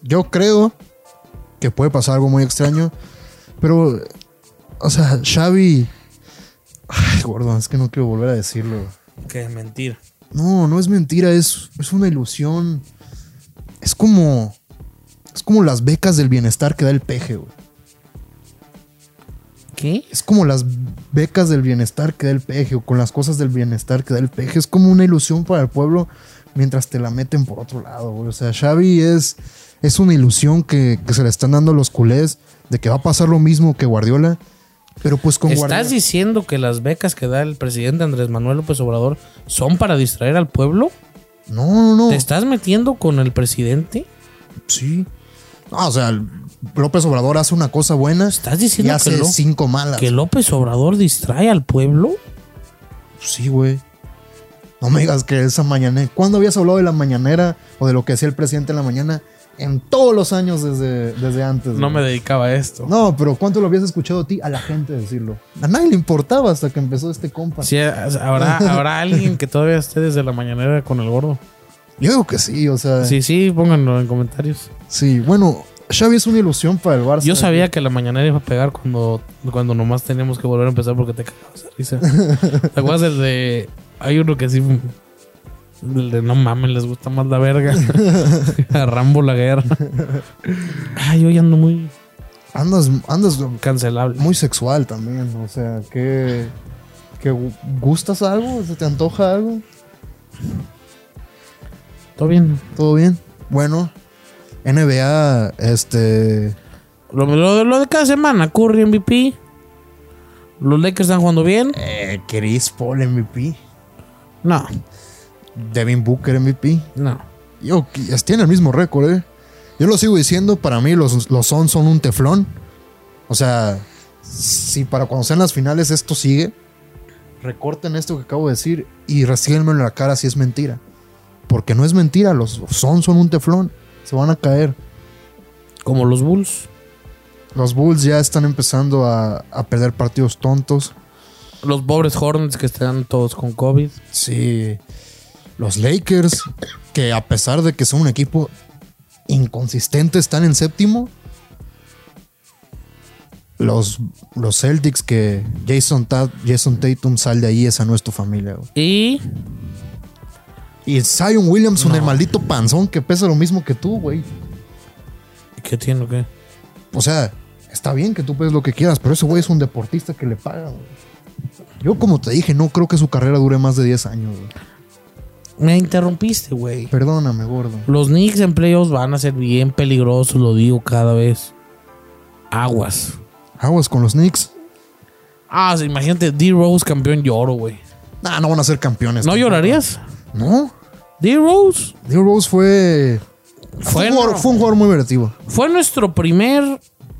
A: yo creo que puede pasar algo muy extraño, pero, o sea, Xavi... Ay, gordo, es que no quiero volver a decirlo.
B: Que es mentira.
A: No, no es mentira, es, es una ilusión. Es como. Es como las becas del bienestar que da el peje, güey.
B: ¿Qué?
A: Es como las becas del bienestar que da el peje, o con las cosas del bienestar que da el peje. Es como una ilusión para el pueblo mientras te la meten por otro lado, güey. O sea, Xavi es, es una ilusión que, que se le están dando a los culés de que va a pasar lo mismo que Guardiola. Pero pues con
B: ¿Estás
A: Guardiola.
B: diciendo que las becas que da el presidente Andrés Manuel López Obrador son para distraer al pueblo?
A: No, no,
B: ¿Te
A: no.
B: estás metiendo con el presidente?
A: Sí. No, o sea, el- López Obrador hace una cosa buena
B: ¿Estás
A: y
B: diciendo que,
A: hace
B: Ló-
A: cinco malas.
B: que López Obrador distrae al pueblo?
A: Pues Sí, güey. No me digas que esa mañana. ¿Cuándo habías hablado de la mañanera o de lo que hacía el presidente en la mañana? En todos los años desde, desde antes. güey.
B: dedicaba a esto.
A: No, pero ¿cuánto lo habías escuchado a ti? A la gente decirlo. A nadie le importaba hasta que empezó este compa.
B: Sí, habrá, habrá alguien que todavía esté desde la mañanera con el gordo.
A: Yo digo que sí, o sea. Sí.
B: Sí, sí, pónganlo en comentarios.
A: bueno, Xavi es una ilusión para el Barça.
B: Yo sabía que la mañanera iba a pegar cuando, cuando nomás teníamos que volver a empezar porque te cagabas de risa. ¿Te acuerdas del de. Hay uno que sí. El de no mames, les gusta más la verga. a Rambo la guerra. Ay, hoy ando muy
A: Andas, andas
B: cancelable.
A: muy sexual también, o sea, que. que gu- ¿Gustas algo? ¿Se te antoja algo?
B: Todo bien.
A: ¿Todo bien? Bueno, NBA, este.
B: Lo, lo- lo de cada semana, Curry MVP. Los Lakers están jugando bien.
A: Eh, Chris Paul MVP.
B: No,
A: Devin Booker MVP.
B: no.
A: Yo, tiene el mismo récord, eh. Yo lo sigo diciendo, para mí los, los Suns son un teflón. O sea, si para cuando sean las finales esto sigue, recorten esto que acabo de decir y recíbenmelo en la cara si es mentira. Porque no es mentira, los Suns son un teflón. Se van a caer.
B: Como los Bulls.
A: Los Bulls ya están empezando a, a perder partidos tontos.
B: Los pobres Hornets que están todos con COVID.
A: Sí. Los Lakers, que a pesar de que son un equipo inconsistente, están en séptimo. Los, los Celtics, que Jason, Ta- Jason Tatum sal de ahí, esa no es tu familia. güey.
B: Y
A: Y Zion Williamson,
B: No.
A: el maldito panzón, que pesa lo mismo que tú, güey.
B: ¿Qué tiene o qué?
A: O sea, está bien que tú peses lo que quieras, pero ese güey es un deportista que le pagan. güey. Yo, como te dije, no creo que su carrera dure más de 10 años. güey.
B: Me interrumpiste, güey.
A: Perdóname, gordo.
B: Los Knicks en playoffs van a ser bien peligrosos, lo digo cada vez. Aguas.
A: Aguas con los Knicks.
B: Ah, sí, imagínate, D-Rose campeón lloro, güey.
A: Nah, no van a ser campeones.
B: ¿No
A: tampoco.
B: llorarías?
A: No.
B: D-Rose
A: Derrick Rose fue. Fue,
B: Fue,
A: un jugador,
B: no.
A: fue un jugador muy vertigo.
B: fue nuestro primer.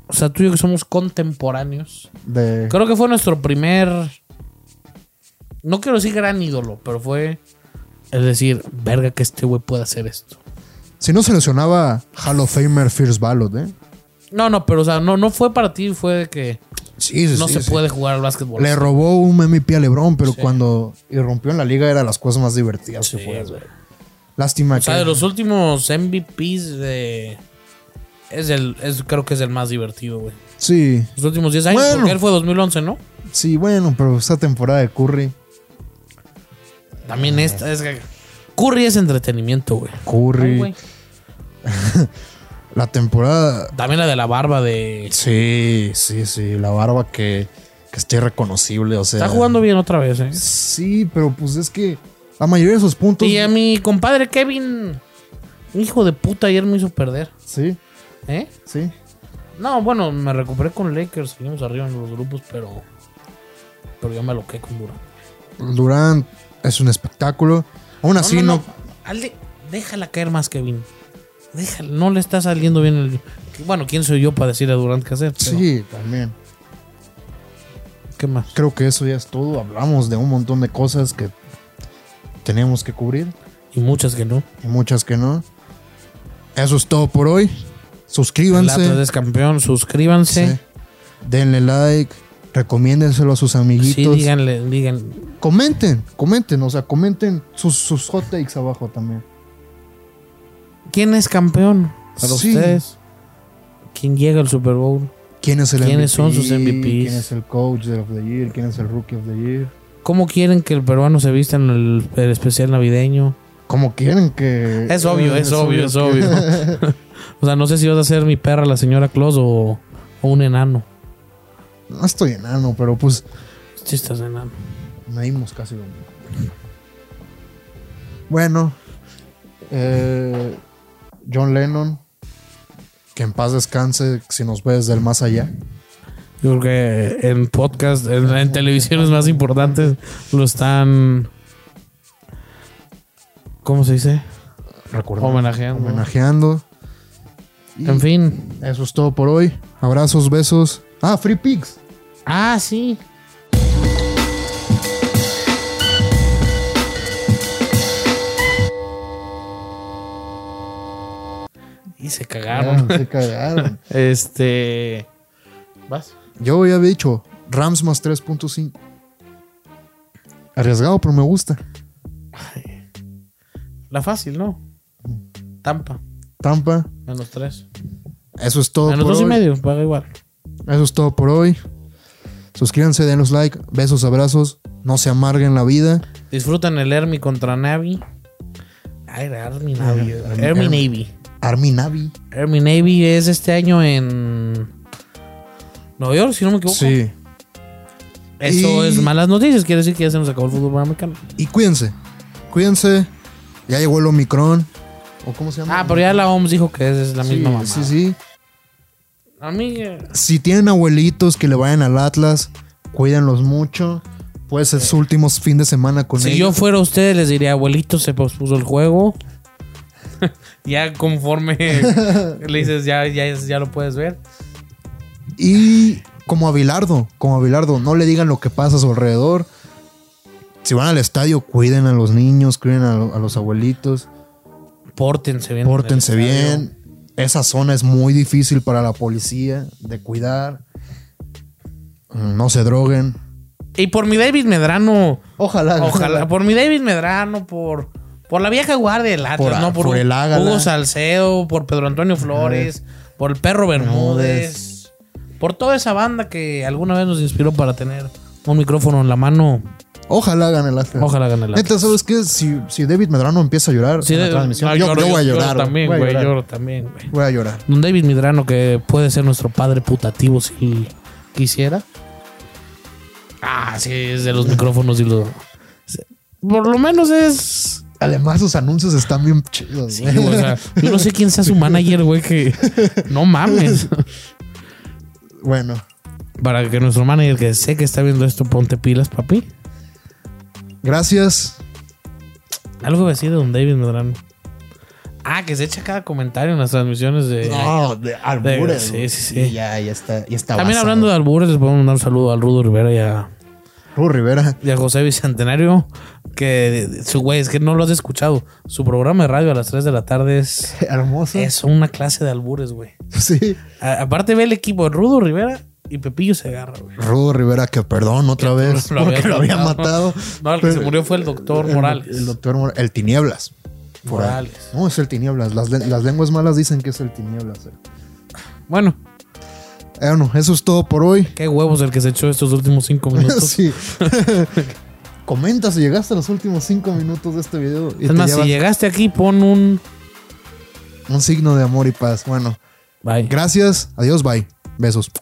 B: O sea, tú y yo que somos contemporáneos.
A: De,
B: Creo que fue nuestro primer. No quiero decir gran ídolo, pero fue. Es decir, verga que este güey puede hacer esto.
A: si no se lesionaba Hall of Famer First Ballot, ¿eh?
B: No, no, pero o sea, no, no fue para ti, fue de que
A: Sí, sí,
B: no
A: sí,
B: se
A: sí.
B: puede jugar al básquetbol.
A: Le robó un MVP a LeBron, pero cuando irrumpió en la liga era las cosas más divertidas que
B: Sí,
A: puedas
B: güey.
A: ver. Lástima
B: O sea, de
A: que.
B: los últimos MVPs de. Es el, es, creo que es el más divertido, güey.
A: Sí,
B: Los últimos 10 años,
A: Bueno.
B: porque él fue 2011, ¿no?
A: sí, bueno, pero esa temporada de Curry.
B: También
A: Ah.
B: esta es. Curry es entretenimiento, güey. Ay,
A: Curry.
B: güey.
A: la temporada.
B: También la de la barba de.
A: Sí, sí, sí. La barba que, que esté reconocible. O sea.
B: Está jugando bien otra vez, ¿eh?
A: Sí, pero pues es que la mayoría de sus puntos.
B: Y a mi compadre Kevin, hijo de puta, ayer me hizo perder,
A: Sí,
B: ¿eh?
A: sí.
B: No, bueno, me recuperé con Lakers, seguimos arriba en los grupos, pero. Pero yo me aloqué con Durant.
A: Durán es un espectáculo. Aún así, no.
B: Alde, déjala caer más, Kevin. déjale, no le está saliendo bien el. Bueno, ¿quién soy yo para decirle a Durant qué hacer? Pero,
A: Sí, también.
B: ¿Qué más?
A: Creo que eso ya es todo. Hablamos de un montón de cosas que tenemos que cubrir
B: Y muchas que no.
A: y muchas que no. Eso es todo por hoy.
B: El Atlas
A: Suscríbanse.
B: es campeón, suscríbanse.
A: Sí. Denle like. Recomiéndenselo a sus
B: Sí,
A: amiguitos.
B: díganle, digan.
A: comenten, comenten, o sea, comenten sus, sus hot takes abajo también.
B: ¿Quién es campeón para
A: Sí.
B: ustedes? ¿Quién llega al Super Bowl?
A: ¿Quién es el MVP?
B: ¿Quiénes son sus MVPs?
A: ¿Quién es el coach of the year? ¿Quién es el rookie of the year?
B: ¿Cómo quieren que el peruano se vista en el, el especial navideño?
A: Como quieren que.
B: Es obvio,
A: eh,
B: es obvio, es
A: que-
B: obvio. o sea, no sé si vas a ser mi perra, la señora Claus, o, o un enano.
A: no estoy enano, pero pues
B: Sí, estás enano.
A: medimos casi lo mismo. Bueno, eh, John Lennon, que en paz descanse si nos ve desde el más allá.
B: Yo creo que en podcast, en, en televisiones más importantes, lo están. ¿Cómo se dice?
A: Recordando,
B: Homenajeando.
A: homenajeando. Y
B: En fin.
A: Eso es todo por hoy. Abrazos, besos. Ah, Free Pigs.
B: Ah, sí. Y se cagaron.
A: Ah, se cagaron.
B: Este. ¿Vas?
A: Yo había dicho Rams más 3.5. Arriesgado, pero me gusta.
B: La fácil, ¿no? Tampa,
A: Tampa.
B: menos tres.
A: Eso es todo
B: Menos
A: por
B: dos y
A: hoy.
B: medio, paga igual.
A: Eso es todo por hoy. Suscríbanse, denos like, besos, abrazos. No se amarguen la vida.
B: Disfrutan el Hermi contra Navi. Ay, era Army Navi.
A: Army-
B: Army
A: Army.
B: Navy.
A: Army Navi.
B: Army Navy es este año en Nueva York, si no me equivoco.
A: Sí.
B: Eso
A: Y-
B: es malas noticias. Quiere decir que ya se nos acabó el fútbol americano.
A: Y cuídense. Cuídense. Ya llegó el Omicron. ¿O cómo se llama?
B: Ah, pero ya la OMS dijo que es, es la
A: Sí,
B: misma mamá.
A: sí, sí.
B: A mí, eh,
A: Si tienen abuelitos que le vayan al Atlas, cuídenlos mucho. Puede ser su último fin de semana con
B: si yo
A: ellos.
B: fuera usted, les diría, abuelito, se pospuso el juego. ya conforme le dices, ya, ya, ya lo puedes ver.
A: Y como Avilardo, como Avilardo, no le digan lo que pasa a su alrededor. Si van al estadio, cuiden a los niños, cuiden a, lo- a los abuelitos,
B: Pórtense bien. en el
A: pórtense
B: estadio.
A: bien. Esa zona es muy difícil para la policía de cuidar. No se droguen.
B: Y por mi David Medrano.
A: Ojalá.
B: Ojalá. Por mi David Medrano, por, por la vieja guardia del Atlas,
A: Por-
B: ¿no? Por,
A: por el Ágala.
B: Hugo Salcedo, por Pedro Antonio Flores, por el Perro Bermúdez, por toda esa banda que alguna vez nos inspiró para tener un micrófono en la mano.
A: Ojalá gane el Atlas.
B: Ojalá gane el Atlas.
A: Neta, ¿sabes qué? Si, si David Medrano empieza a llorar
B: Sí,
A: en la
B: de-
A: transmisión,
B: no,
A: yo,
B: lloro,
A: yo voy a
B: lloro
A: llorar.
B: también,
A: voy a
B: güey.
A: llorar.
B: Lloro también, güey.
A: Voy a llorar.
B: Don David Medrano, que puede ser nuestro padre putativo si quisiera. Ah, sí, es de los micrófonos y los. Por lo menos es.
A: Además, sus anuncios están bien chidos.
B: Sí,
A: güey.
B: güey, o sea, yo no sé quién sea su manager, güey, que no mames.
A: Bueno,
B: Para que nuestro manager que sé que está viendo esto, ponte pilas, papi.
A: gracias.
B: Algo así de Don David Medrano. Ah, que se echa cada comentario en las transmisiones de.
A: No, Oh, de albures.
B: Ah, sí,
A: güey.
B: sí, sí.
A: Y ya, ya está. Ya está
B: También
A: basado.
B: hablando de albures, les podemos mandar un saludo al Rudo Rivera y a,
A: Ru Rivera.
B: y a José Bicentenario. Que su güey, es que no lo has escuchado. Su programa de radio a las 3 de la tarde es,
A: Hermoso.
B: es una clase de albures, güey.
A: Sí.
B: A- aparte ve el equipo de Rudo Rivera y Pepillo se agarra, güey.
A: Ru Rivera, que perdón otra vez.
B: lo había
A: porque lo había matado.
B: matado. No, el que se
A: Pero-
B: murió fue el doctor
A: el-
B: Morales.
A: El, doctor Mor- El Tinieblas. Por ahí.
B: Morales.
A: No, es el Tinieblas. Las, le- las lenguas malas dicen que es el Tinieblas. eh.
B: Bueno,
A: Eh, Bueno, eso es todo por hoy.
B: qué huevos el que se echó estos últimos cinco minutos.
A: sí. Comenta si llegaste a los últimos cinco minutos de este video. Y
B: es
A: te
B: más,
A: llevas
B: si llegaste aquí, pon un.
A: un signo de amor y paz. Bueno,
B: Bye.
A: gracias. Adiós, bye. Besos.